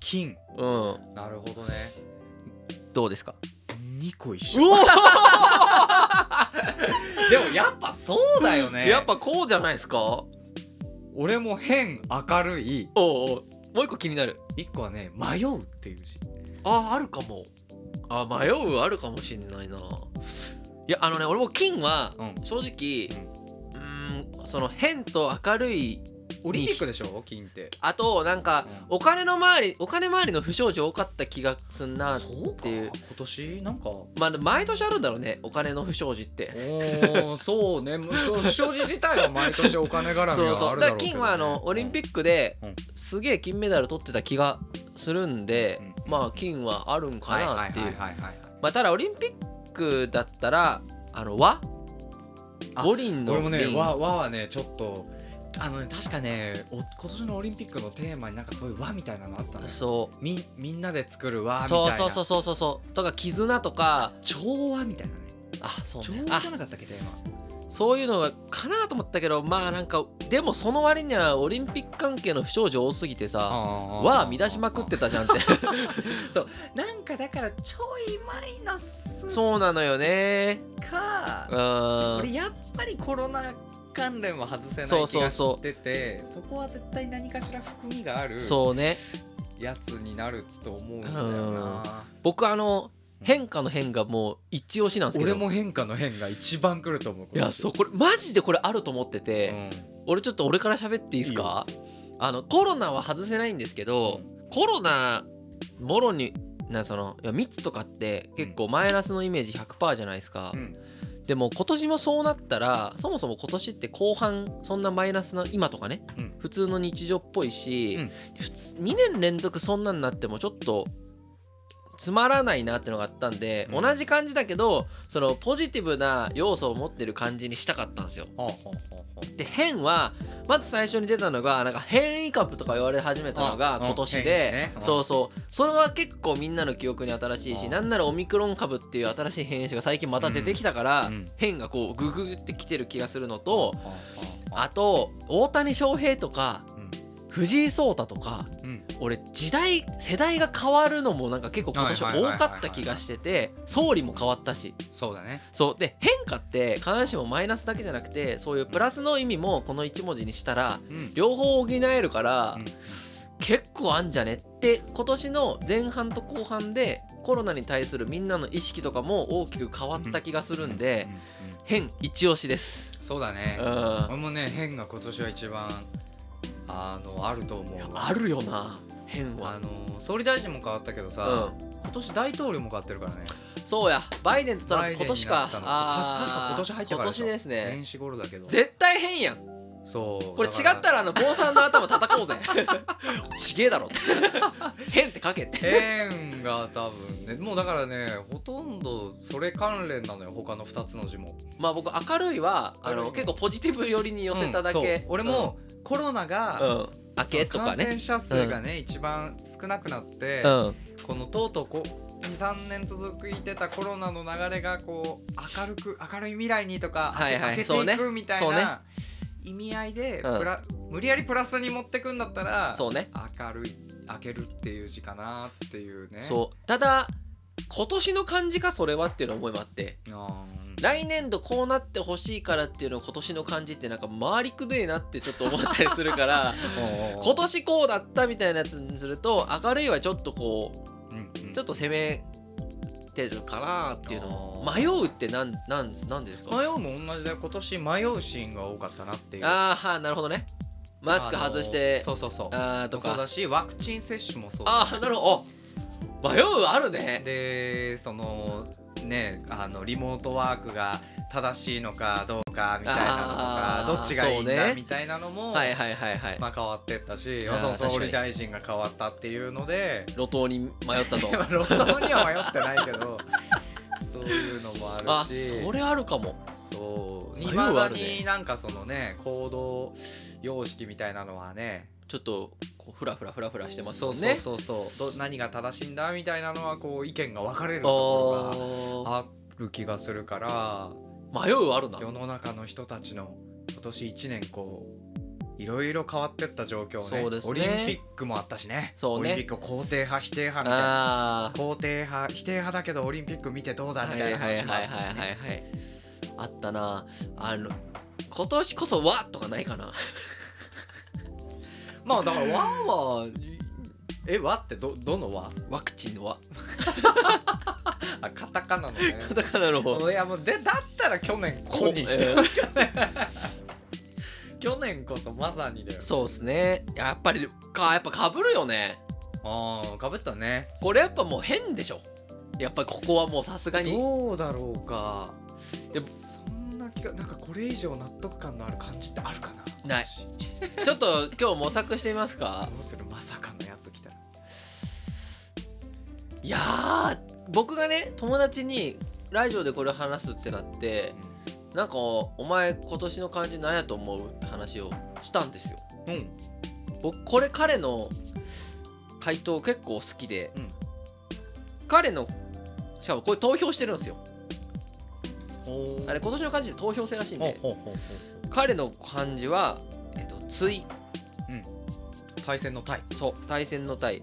S1: 金。
S2: うん
S1: なるほどね。
S2: どうですか
S1: 二個一緒。 でもやっぱそうだよね。
S2: やっぱこうじゃないですかおう
S1: 俺も変明るい。
S2: おうもう一個気になる
S1: 一個はね迷うっていう字。
S2: ああるかもあ迷うあるかもしんないないやあのね俺も金は
S1: うん。
S2: 正直うーんその変と明るい
S1: オリンピックでしょ金って。
S2: あとなんか
S1: うん
S2: お金の周りお金周りの不祥事多かった気がすんな
S1: そう
S2: っていう
S1: 今年なんか。
S2: まあ毎年あるんだろうねお金の不祥事って
S1: おおそうねそう障子自体は毎年お金絡み
S2: そう
S1: は
S2: そ
S1: あ
S2: う
S1: る
S2: だ
S1: だろうけど、ね、
S2: から金はあのオリンピ
S1: ック
S2: ックで
S1: うん
S2: すげえ金メダル取ってた気がするんで
S1: う
S2: まあ金はあるんかなっていうまあただオリンピックだったらあの和
S1: あ
S2: 五輪の
S1: 俺もね
S2: 輪
S1: 和和はねちょっとあのね確かねお今年のオリンピックのテーマになんかそういう和みたいなのあったのよ
S2: そう
S1: みみんなで作る和みたい
S2: そう
S1: な
S2: そうそうそうそうそうとか絆とか
S1: 調和みたいなね
S2: あそう
S1: 調
S2: ね
S1: 和
S2: あ
S1: じゃなかったっけテーマ
S2: そういうのがかなと思ったけどまあなんかでもその割にはオリンピック関係の不祥事多すぎてさわあ乱しまくってたじゃんって
S1: なんかだからちょいマイナス
S2: そうなのよね
S1: か
S2: うーん
S1: 俺やっぱりコロナ関連は外せな
S2: そう
S1: い気
S2: そう
S1: が
S2: そう
S1: しててそこは絶対何かしら含みがある
S2: そうね
S1: やつになると思うんだよな
S2: 僕あの変化の変がもう一押しなんですけど
S1: 俺も変化の変が一番来ると思う
S2: いやそうこれマジでこれあると思ってて、
S1: うん
S2: 俺ちょっと俺から喋っていいですかあのコロナは外せないんですけど、コロナもろになそのいや密とかって結構マイナスのイメージ100%じゃないですか、
S1: うん
S2: ででも今年もそうなったらそもそも今年って後半そんなマイナスな今とかね、
S1: うん
S2: 普通の日常っぽいし、
S1: うん
S2: 普通2年連続そんなんなってもちょっとつまらないなってのがあったんで、
S1: うん
S2: 同じ感じだけどそのポジティブな要素を持ってる感じにしたかったんですよ。
S1: ほうほうほうほう
S2: で変はまず最初に出たのがなんか変異株とか言われ始めたの
S1: あ
S2: が
S1: うん
S2: 今年
S1: 変異
S2: で、
S1: ねうん
S2: そうそうそれは結構みんなの記憶に新しいし
S1: うん
S2: なんならオミクロン株っていう新しい変異種が最近また出てきたから、
S1: うんうん
S2: 変がこうグググってきてる気がするのと、
S1: ほうほうほう
S2: あと大谷翔平とか
S1: うん
S2: 藤井聡太とか
S1: うん
S2: 俺時代世代が変わるのもなんか結構今年
S1: はいはいはいはい
S2: 多かった気がしてて総理も変わったし
S1: そうだね
S2: そうで変化って必ずしもマイナスだけじゃなくてそういうプラスの意味もこの1文字にしたら
S1: うん
S2: 両方補えるから
S1: うん
S2: 結構あんじゃねって今年の前半と後半でコロナに対するみんなの意識とかも大きく変わった気がするんで
S1: うんうんうん
S2: 変一押しです。
S1: そうだ
S2: う
S1: ね
S2: ん、あ
S1: 俺もね変が今年は一番あのあると思うわ
S2: るよな変は
S1: あ。の総理大臣も変わったけどさ、今年大統領も変わってるからね
S2: そうや、バイデンとトラ
S1: バイ
S2: ンプ
S1: デン
S2: 今
S1: になっ
S2: 年か。
S1: たの
S2: あー
S1: 確か今年入ってから
S2: 今
S1: でしょ
S2: 年ですね。
S1: 年始頃だけど
S2: 絶対変やん。
S1: そう
S2: これ違っ
S1: だか
S2: たらあの坊さんの頭叩こうぜ。 ちげえだろって。変って書けって。
S1: ら変が多分ね もうだからねほとんどそれ関連なのよ他の2つの字も
S2: まあ僕明るいはあ
S1: 明るい
S2: の
S1: ね
S2: 結構ポジティブ寄りに寄せただ
S1: うん
S2: け
S1: そう。俺もコロナ
S2: うん、
S1: が、
S2: うん
S1: そ
S2: 明
S1: の
S2: けとか
S1: 感染
S2: ね。
S1: 者数がね、一番少なくなって、
S2: うん。
S1: このとうとうこう23年続いてたコロナの流れがこう明るく明るい未来にとか、
S2: はいはい
S1: 明け
S2: そう
S1: て
S2: ね
S1: いくみたい
S2: そうね
S1: な意味合いで、
S2: うん
S1: プラ無理やりプラスに持ってくんだったら
S2: そうね。
S1: 明るい明けるっていう字かなっていうね
S2: そう。ただ今年の感じかそれはっていうの思いもあって。
S1: あー
S2: 来年度こうなってほしいからっていうのを今年の感じってなんか回りくどいなってちょっと思ったりす るから。今年こうだったみたいなやつにすると明るいはちょっとこう
S1: うんうん
S2: ちょっと攻めてるかなっていうのを
S1: あ
S2: 迷
S1: ー
S2: うってなんなんなんですか
S1: 迷うも同じだよ今年迷うシーンが多かったなっていう
S2: あーはーなるほどねマスク外して
S1: あのそうそうそう
S2: あーと
S1: そう
S2: か
S1: だしワクチン接種もそうだ
S2: あーなるほどお迷うあるね
S1: でそのねあのリモートワークが正しいのかどうかみたいなのと
S2: あ
S1: か
S2: ー
S1: どっちがいいん
S2: そうね
S1: だみたいなのも、
S2: はいはいはいはい
S1: まあ、変わってったし
S2: あー
S1: その
S2: 確かに
S1: 総理大臣が変わったっていうので
S2: 路頭に迷っ たと
S1: まあロフトには迷ってないけどそういうのもあるし
S2: あそれあるかも
S1: そう
S2: 迷
S1: いう
S2: はあるね
S1: まだになんかそのね行動様式みたいなのはね
S2: ちょっとこうフラフラフラフラしてます
S1: そ
S2: も
S1: うんそう
S2: ね
S1: そうそうど何が正しいんだみたいなのはこう意見が分かれるところが。
S2: あ
S1: ある気がするから
S2: ー迷うはあるな
S1: 世の中の人たちの今年1年こういろいろ変わってった状況ね
S2: そうですね
S1: オリンピックもあったしね
S2: そうね
S1: オリンピックを肯定派否定派みたいな
S2: あー
S1: 肯定派否定派だけどオリンピック見てどうだみ
S2: はい
S1: た
S2: はいい
S1: な
S2: はいは
S1: 話
S2: い
S1: もあ
S2: はい
S1: ったしね
S2: はいあったなあの今年こそはとかないかな
S1: まあだからワンはえ和ってどどの和
S2: ワクチン のは
S1: あカタカナのね
S2: カタカナの方
S1: いやもうでだったら去年こにして
S2: こ
S1: ほしかった去年こそまさにだよ
S2: そうですねやっぱりかやっぱかぶるよね
S1: ああかぶったね
S2: これやっぱもう変でしょやっぱここはもうさすがに
S1: どうだろうか
S2: でも
S1: そんな気がなんかこれ以上納得感のある感じってあるかな
S2: ない
S1: ど
S2: ちょっと今日模索してみますか
S1: うするまさかのやつ来たら
S2: いやー僕がね友達にラジオでこれ話すってなってなんかお前今年の感じなんやと思うって話をしたんですよ
S1: うん、
S2: 僕これ彼の回答結構好きで、
S1: うん
S2: 彼のしかもこれ投票してるんですよ
S1: お
S2: あれ今年の漢字で投票制らしいん
S1: ほう
S2: で
S1: ほうほうほ
S2: 彼の漢字は「えっと対
S1: う対戦の対」
S2: そう対戦の対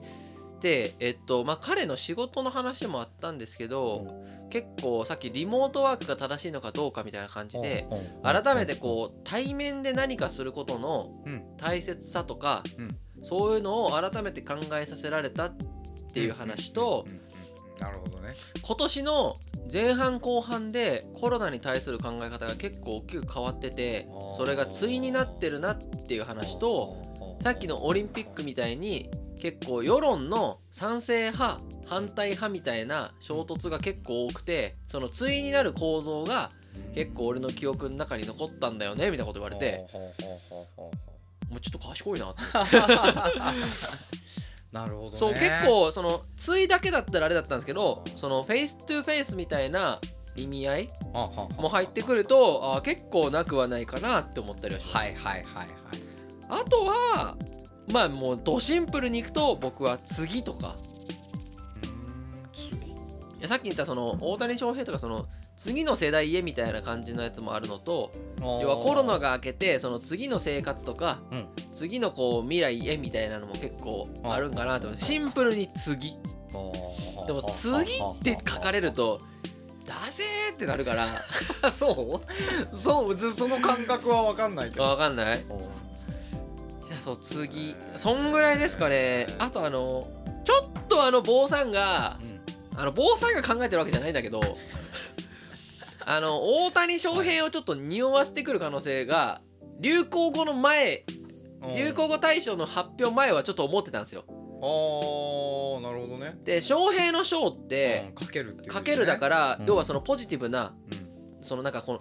S2: でえっとまあ彼の仕事の話もあったんですけど、結構さっきリモートワークが正しいのかどうかみたいな感じで、改めてこう対面で何かすることの
S1: うん
S2: 大切さとか、
S1: うん
S2: そういうのを改めて考えさせられたっていう話と、
S1: うんうんうんなるほどね
S2: 今年の前半後半でコロナに対する考え方が結構大きく変わってて
S1: あー
S2: それが対になってるなっていう話とさっきのオリンピックみたいに結構世論の賛成派反対派みたいな衝突が結構多くてその対になる構造が結構俺の記憶の中に残ったんだよねみたいなこと言われて
S1: ほうほうほうほうほ
S2: もうちょっと賢いなって
S1: うなるほどね
S2: そう結構その対だけだったらあれだったんですけどそのフェイストゥフェイスみたいな意味合い
S1: はんはんはん
S2: も入ってくるとあー結構なくはないかなって思ったりはします
S1: はいはいはいはい
S2: あとはまあもうドシンプルにいくと僕は次とかいやさっき言ったその大谷翔平とかその次の世代へみたいな感じのやつもあるのと要はコロナ
S1: が
S2: が明けてその次の生活とか、
S1: うん
S2: 次のこう未来へみたいなのも結構あるんかなと思って
S1: あー
S2: シンプルに次でも次って書かれるとだぜーってな るから
S1: そうそうずその感覚は分かんないけど
S2: 分かんないいやそう次そんぐらいですかねあとあのちょっとあの坊さんがあの坊さんが考えてるわけじゃないんだ けどあの大谷翔平をちょっと匂わせてくる可能性が流行語の前
S1: うん
S2: 流行語大賞の発表前はちょっと思ってたんですよ
S1: ああなるほどね
S2: で翔平の賞っ
S1: う
S2: て
S1: んかけるっていう
S2: かけるだからら、
S1: うん
S2: 要はそのポジティブなそのなんかこの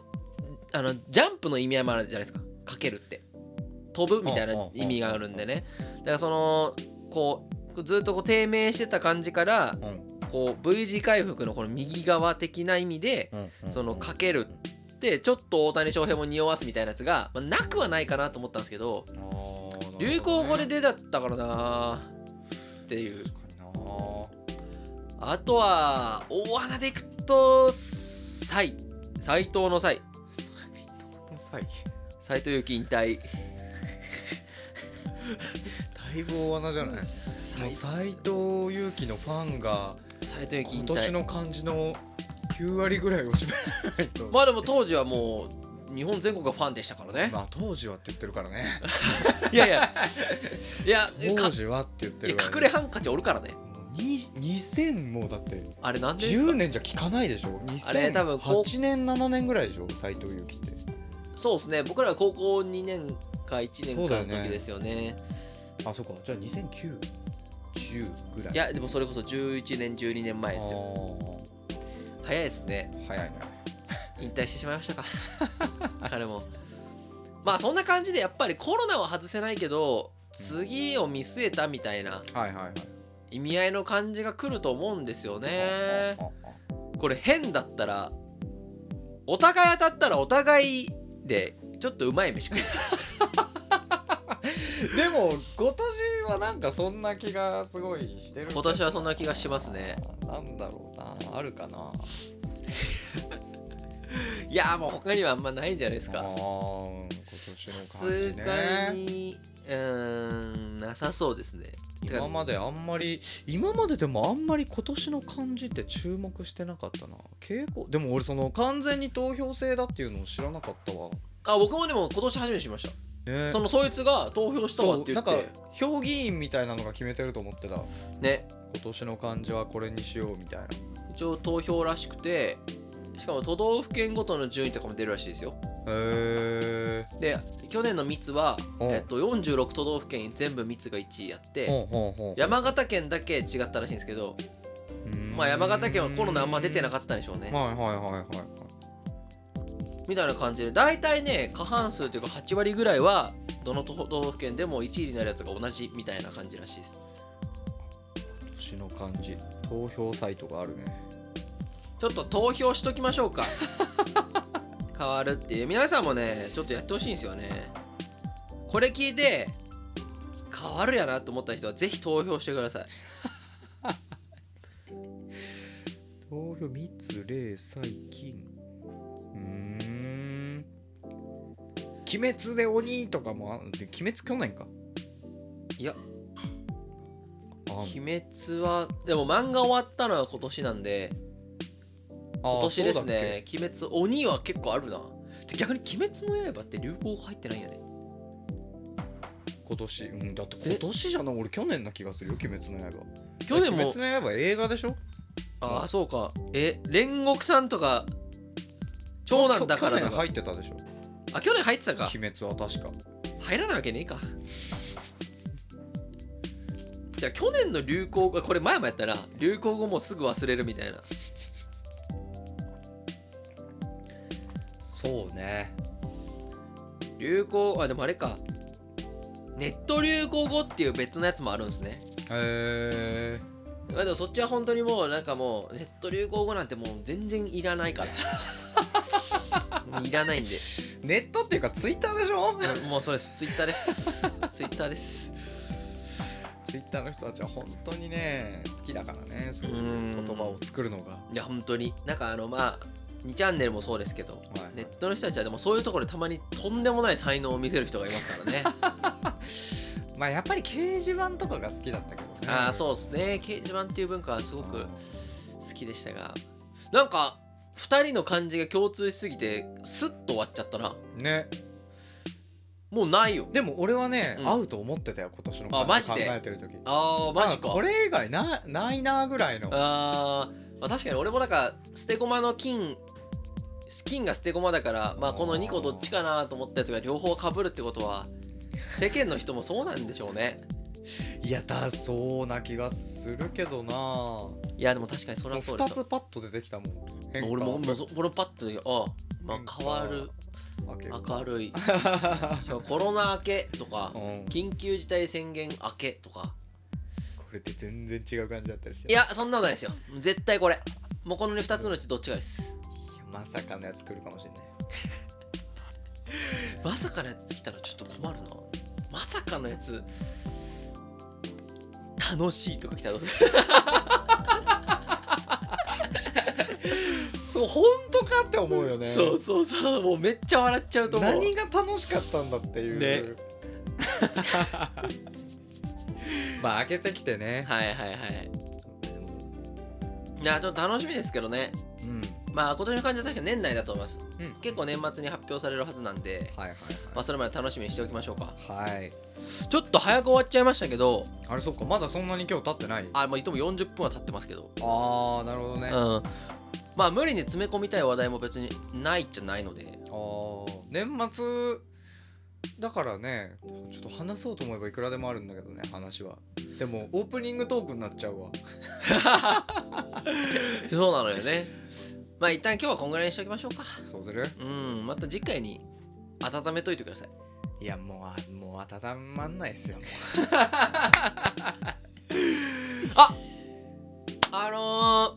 S2: あのジャンプの意味合いもあるじゃないですかかけるって飛ぶみたいな意味があるんでねだからそのこうずっとこう低迷してた感じからこう V 字回復のこの右側的な意味でそのかけるでちょっと大谷翔平も匂わすみたいなやつが、まあ、なくはないかなと思ったんですけど流行語で出ちゃったからなっていうあとは大穴でいくと斎斎藤の斎
S1: 最
S2: 斎藤由貴引退
S1: だいぶ大穴じゃないもう
S2: 斎
S1: 斎藤佑樹のファンが
S2: 斎藤由貴引
S1: 今年
S2: 退
S1: の漢字の9割ぐらいを占めないと、
S2: まあでも当時はもう日本全国がファンでしたからね
S1: まあ当時はって言ってるからね
S2: いや いやいや
S1: 当
S2: か
S1: 時はって言って
S2: いや
S1: るから、
S2: 隠れハンカチおるからね
S1: もうに2000もうだって
S2: あれなんでですか
S1: 10年じゃ聞かないでしょ
S2: あれ多分こう
S1: 2008年7年ぐらいでしょ斎藤佑樹って
S2: そうですね僕らが高校2年か1
S1: そ
S2: 年
S1: うだよ
S2: かの
S1: ね
S2: 時ですよね
S1: あそうかじゃあ200910ぐらい
S2: いやでもそれこそ11年12年前ですよ
S1: あ
S2: 早いですね
S1: ー早いな
S2: 引退してしまいましたか 彼もまあそんな感じでやっぱりコロナは外せないけど次を見据えたみたいな
S1: はいはいはい
S2: 意味合いの感じが来ると思うんですよね
S1: あああ
S2: これ変だったらお互い当たったらお互いでちょっとうまい飯食う
S1: でも今年はなんかそんな気がすごいしてる
S2: 今年はそんな気がしますね
S1: なんだろうなあるかない
S2: やもう他にはあんまないんじゃないです
S1: あ
S2: か
S1: ー今年
S2: さ
S1: の
S2: す
S1: 感じ
S2: が
S1: ね
S2: にうーんなさそうですねてか
S1: 今まであんまり今まででもあんまり今年の漢字って注目してなかったな傾向でも俺その完全に投票制だっていうのを知らなかったわ
S2: あ僕もでも今年初めて知りまし
S1: ね
S2: たそのそいつが投票したわっ
S1: そ
S2: て
S1: う
S2: 言
S1: な
S2: っ
S1: んか
S2: て
S1: 評議員みたいなのが決めてると思ってた今
S2: ね
S1: 年の漢字はこれにしようみたいな
S2: 一応投票らしくてしかも都道府県ごとの順位とかも出るらしいですよ
S1: へ
S2: で去年の密は、
S1: うん
S2: えっと、46都道府県全部密が1位やっ
S1: え
S2: て山形県だけ違ったらしいんですけど、まあ、山形県はコロナあんま出てなか
S1: っ
S2: ったんでしょうね
S1: はいはいはいはいはい
S2: みたいな感じで大体ね過半数というか8割ぐらいはどの都道府県でも1位になるやつが同じみたいな感じらしいです
S1: 今年の漢字投票サイトがあるね
S2: ちょっと投票しときましょう か変わるっていう皆さんもねちょっとやってほしいんですよねこれ聞いて変わるやなと思った人はぜひ投票してください
S1: 投票密霊最近うーん鬼滅で鬼とかもあで鬼滅去年か
S2: いや
S1: あ
S2: 「鬼滅は」でも漫画終わったのは今年なんで
S1: あ
S2: 今年です
S1: そうだっ
S2: ね「鬼滅」「鬼」は結構あるなで逆に「鬼滅の刃」って流行語入ってないよね
S1: け今年うんだって今年じゃない俺去年な気がするよ鬼滅の刃
S2: 去年
S1: いや
S2: も
S1: 鬼滅の刃映画でしょ
S2: ああそうかえ煉獄さんとか長男だから
S1: 去
S2: と
S1: 年
S2: か
S1: 入ってたでしょ
S2: あ去年入ってたか
S1: 鬼滅は確か
S2: 入らないわけねえかじゃあ去年の流行語これ前もやったら流行語もすぐ忘れるみたいな
S3: そうね
S2: 流行あでもあれかネット流行語っていう別のやつもあるんですね
S1: へえ
S2: まあでもそっちは本当にもうなんかもうネット流行語なんてもう全然いらな いからいらないんで
S1: ネットっていうかツイッターでしょ
S2: もうそれですツイッターですツイッターです
S1: ツイッターの人たちは本当にね好きだからねそういう言葉を作るのが、
S2: いや本当になんかあのまあ2チャンネルもそうですけど
S1: はい
S2: ネットの人たちはでもそういうところでたまにとんでもない才能を見せる人がいます からね
S1: まあやっぱり掲示板とかが好きだったけどね
S2: ああそうですね掲示板っていう文化はすごく好きでしたがなんか2人の感じが共通しすぎてスッと終わっちゃったな
S1: ね
S2: もうないよ
S1: でも俺はね、
S2: うん
S1: 合うと思ってたよ今年の
S2: あマジで
S1: 考えてる時
S2: あーマジか
S1: あこれ以外なないなぐらいの
S2: あー、まあ確かに俺もなんか捨て駒の金金が捨て駒だからまあこの2個どっちかなと思ったやつが両方かぶるってことは世間の人もそうなんでしょうね
S1: いやだそうな気がするけどなも
S2: いやでも確かにそうれはそうで
S1: 2
S2: す
S1: つパッと出てきたもん変化
S2: 俺ももうそ俺もパッとでああまあ
S1: 変
S2: 変わ
S1: 化
S2: る
S1: わけ
S2: 明るいコロナ明けとか
S1: うん
S2: 緊急事態宣言明けとか
S1: これって全然違う感じだったりして
S2: いやそんなことないですよ絶対これもうこの2つのうちどっちかです
S1: いやまさかのやつ来るかもしれない
S2: まさかのやつ来たらちょっと困るなまさかのやつ楽しいとか来たらどうする
S1: そう本当かって思うよね
S2: そうそうそうもうめっちゃ笑っちゃうと思う
S1: 何が楽しかったんだっていう
S2: ね
S1: まあ開けてきてね、
S2: はいはいはいいやちょっと楽しみですけどね
S1: うん
S2: まあ今年の感じは確か年内だと思います、
S1: うん
S2: 結構年末に発表されるはずなんで、
S1: はいはい
S2: まあ、それまで楽しみにしておきましょうか
S1: はいはい
S2: ちょっと早く終わっちゃいましたけど
S1: あれそっかまだそんなに今日経ってない
S2: あもういとも40分は経ってますけど
S1: ああなるほど
S2: う
S1: ね、
S2: ん
S1: あ
S2: まあ無理に詰め込みたい話題も別にないっちゃないの で
S1: ー年末だからねちょっと話そうと思えばいくらでもあるんだけどね話はでもオープニングトークになっちゃうわ
S2: そうなのよねまあ一旦今日はこんぐらいにしておきましょうか
S1: そうする
S2: うんまた次回に温めといてください
S1: いやもうあもう温まんないっすよも
S2: あの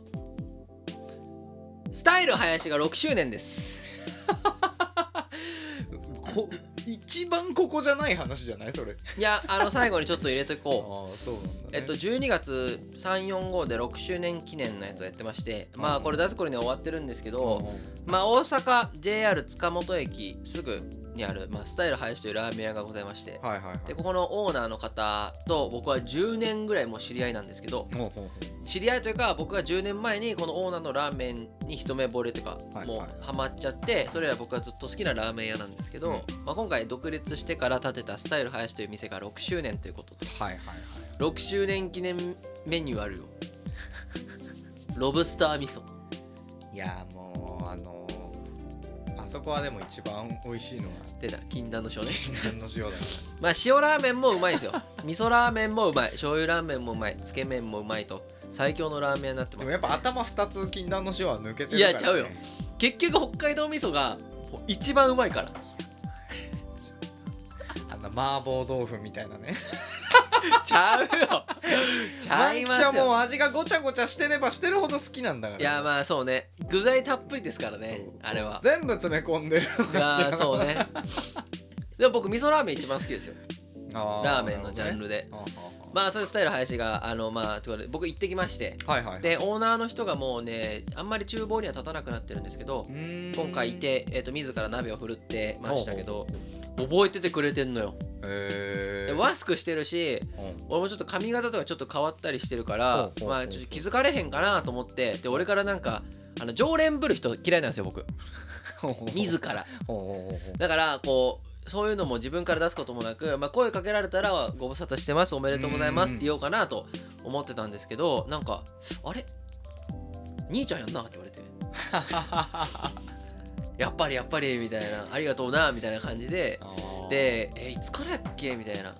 S2: ー、スタイル林が6周年です
S1: うこ一番ここじゃない話じゃないそれ
S2: いやあの最後にちょっと入れと
S1: ああ
S2: こう
S1: そうなん だ、ね、
S2: えっと、12月345で6周年記念のやつをやってましてまあこれ出す頃には終わってるんですけど、まあ、大阪 JR 塚本駅すぐにある、まあ、スタイル林というラーメン屋がございまして
S1: はいはいはい
S2: でここのオーナーの方と僕は10年ぐらいもう知り合いなんですけど
S1: ほうほうほ
S2: 知り合いというか僕が10年前にこのオーナーのラーメンに一目惚れというか、
S1: はい
S2: も
S1: はいう
S2: ハマっちゃってそれら僕はずっと好きなラーメン屋なんですけど、まあ、今回独立してから建てたスタイル林という店が6周年ということで
S1: うはいはいはい
S2: 6周年記念メニューあるよ ロブスター味噌
S1: いやもうあのーあそこはでも一番美味しいのは
S2: 出た禁断の少 年
S1: 何の塩だね
S2: まあ塩ラーメンもうまいですよ味噌ラーメンもうまい醤油ラーメンもうまいつけ麺もうまいと最強のラーメン屋になってま、
S1: ですもやっぱ頭二つ禁断の塩は抜けてるから、ね、
S2: いやちゃうよ結局北海道味噌が一番うまいから
S1: あんな麻婆豆腐みたいなね
S2: ち ゃうよちゃ
S1: 万
S2: い
S1: 吉
S2: ます
S1: はも
S2: よ
S1: う味がごちゃごちゃしてればしてるほど好きなんだから
S2: いやまあそうね具材たっぷりですからね
S1: そう
S2: あれ は
S1: 全部詰め込んでる
S2: いや ーそうねでも僕味噌ラーメン一番好きですよラ
S1: ラ
S2: ーメンのジャンルで、
S1: ま
S2: まあそういうスタイル林があのまあということで僕行ってきまして
S1: はいはいはい
S2: でオーナーの人がもうねあんまり厨房には立たなくなってるんですけど
S1: うーん
S2: 今回いて、えー、と自ら鍋を振るってましたけど覚えててくれてんのよ
S1: え
S2: でマスクしてるし
S1: うん
S2: 俺もちょっと髪型とかちょっと変わったりしてるか
S1: ほう
S2: ら
S1: ほうほう
S2: まあちょっと気づかれへんかなと思ってで俺からなんかあの常連ぶる人嫌いなんですよ僕 自ら
S1: ほうほうほうほう
S2: だからこうそういうのも自分から出すこともなく、まあ、声かけられたら「ご無沙汰してますおめでとうございま
S1: う
S2: す」
S1: ん
S2: って言おうかなと思ってたんですけどなんか「あれ兄ちゃんやんな」って言われ て「やっぱりやっぱり」みたいな「ありがとうな」みたいな感じで
S1: あー
S2: で「えいつからやっけ?」みたいな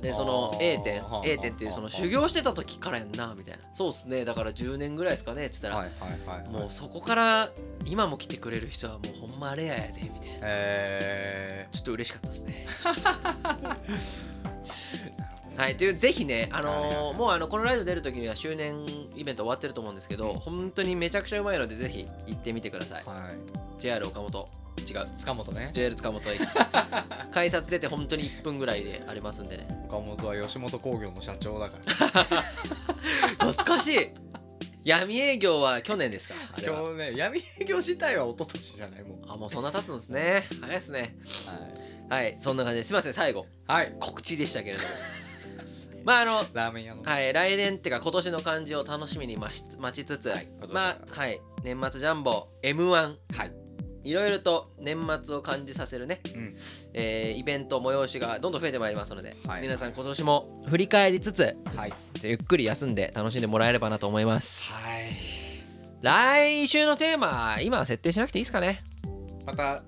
S2: でその
S1: あー
S2: A 店
S1: はあ
S2: A 店ってい
S1: はあ
S2: うその
S1: はあ
S2: 修行してた時からやんなみたいなそうっすねだから10年ぐらいですかねっつったら、
S1: はいはいはい
S2: もうそこから今も来てくれる人はもうほんまレアやでみたいな
S1: え
S2: ちょっと嬉しかったですね
S1: ーなるほど
S2: はいというぜひねあ
S1: ありが
S2: の
S1: とう
S2: ーもうあのこのライブ出る時には周年イベント終わってると思うんですけど本当にめちゃくちゃうまいのでぜひ行ってみてください
S1: はい
S2: JR 岡本違う
S1: 塚本ね
S2: JR 塚本 駅改札出て本当に1分ぐらいでありますんでね
S1: 岡本は吉本興業の社長だから
S2: 懐かしい闇営業は去年ですかあれは
S1: 今日ね闇営業自体は一昨年じゃないもん
S2: あもうそんな経つんですね早いですね
S1: はい、
S2: はいそんな感じですいません最後
S1: はい、
S2: 告知でしたけれど もまああの
S1: ラーメン屋の、
S2: はい来年っていうか今年の漢字を楽しみに待ち待ちつつ、
S1: はい今年は
S2: まあはい年末ジャンボ m 1
S1: はい
S2: いろいろと年末を感じさせるね、
S1: うん
S2: えーイベント催しがどんどん増えてまいりますので、
S1: はい
S2: 皆さん今年も振り返りつつ
S1: はい
S2: ゆっくり休んで楽しんでもらえればなと思います、
S1: はい
S2: 来週のテーマ今は設定しなくていいですかね
S1: また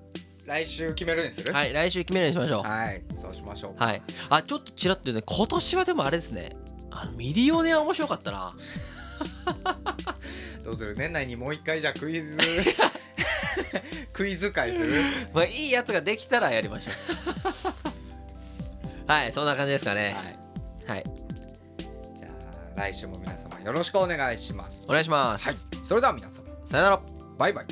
S1: 来週決めるにする
S2: はい来週決めるようにしましょう
S1: はいそうしましょうか
S2: はい。あ、ちょっとちらっとね、今年はでもあれですね。あのミリオネア面白かったな。
S1: どうする年内にもう一回じゃあクイ ズクイズ会する
S2: まあ、いいやつができたらやりましょう。 はい、そんな感じですかね。
S1: はい
S2: はい、
S1: じゃあ来週も皆様よろしくお願いします
S2: お願いします。
S1: はいそれでは皆様
S2: さよなら。
S1: バイバイ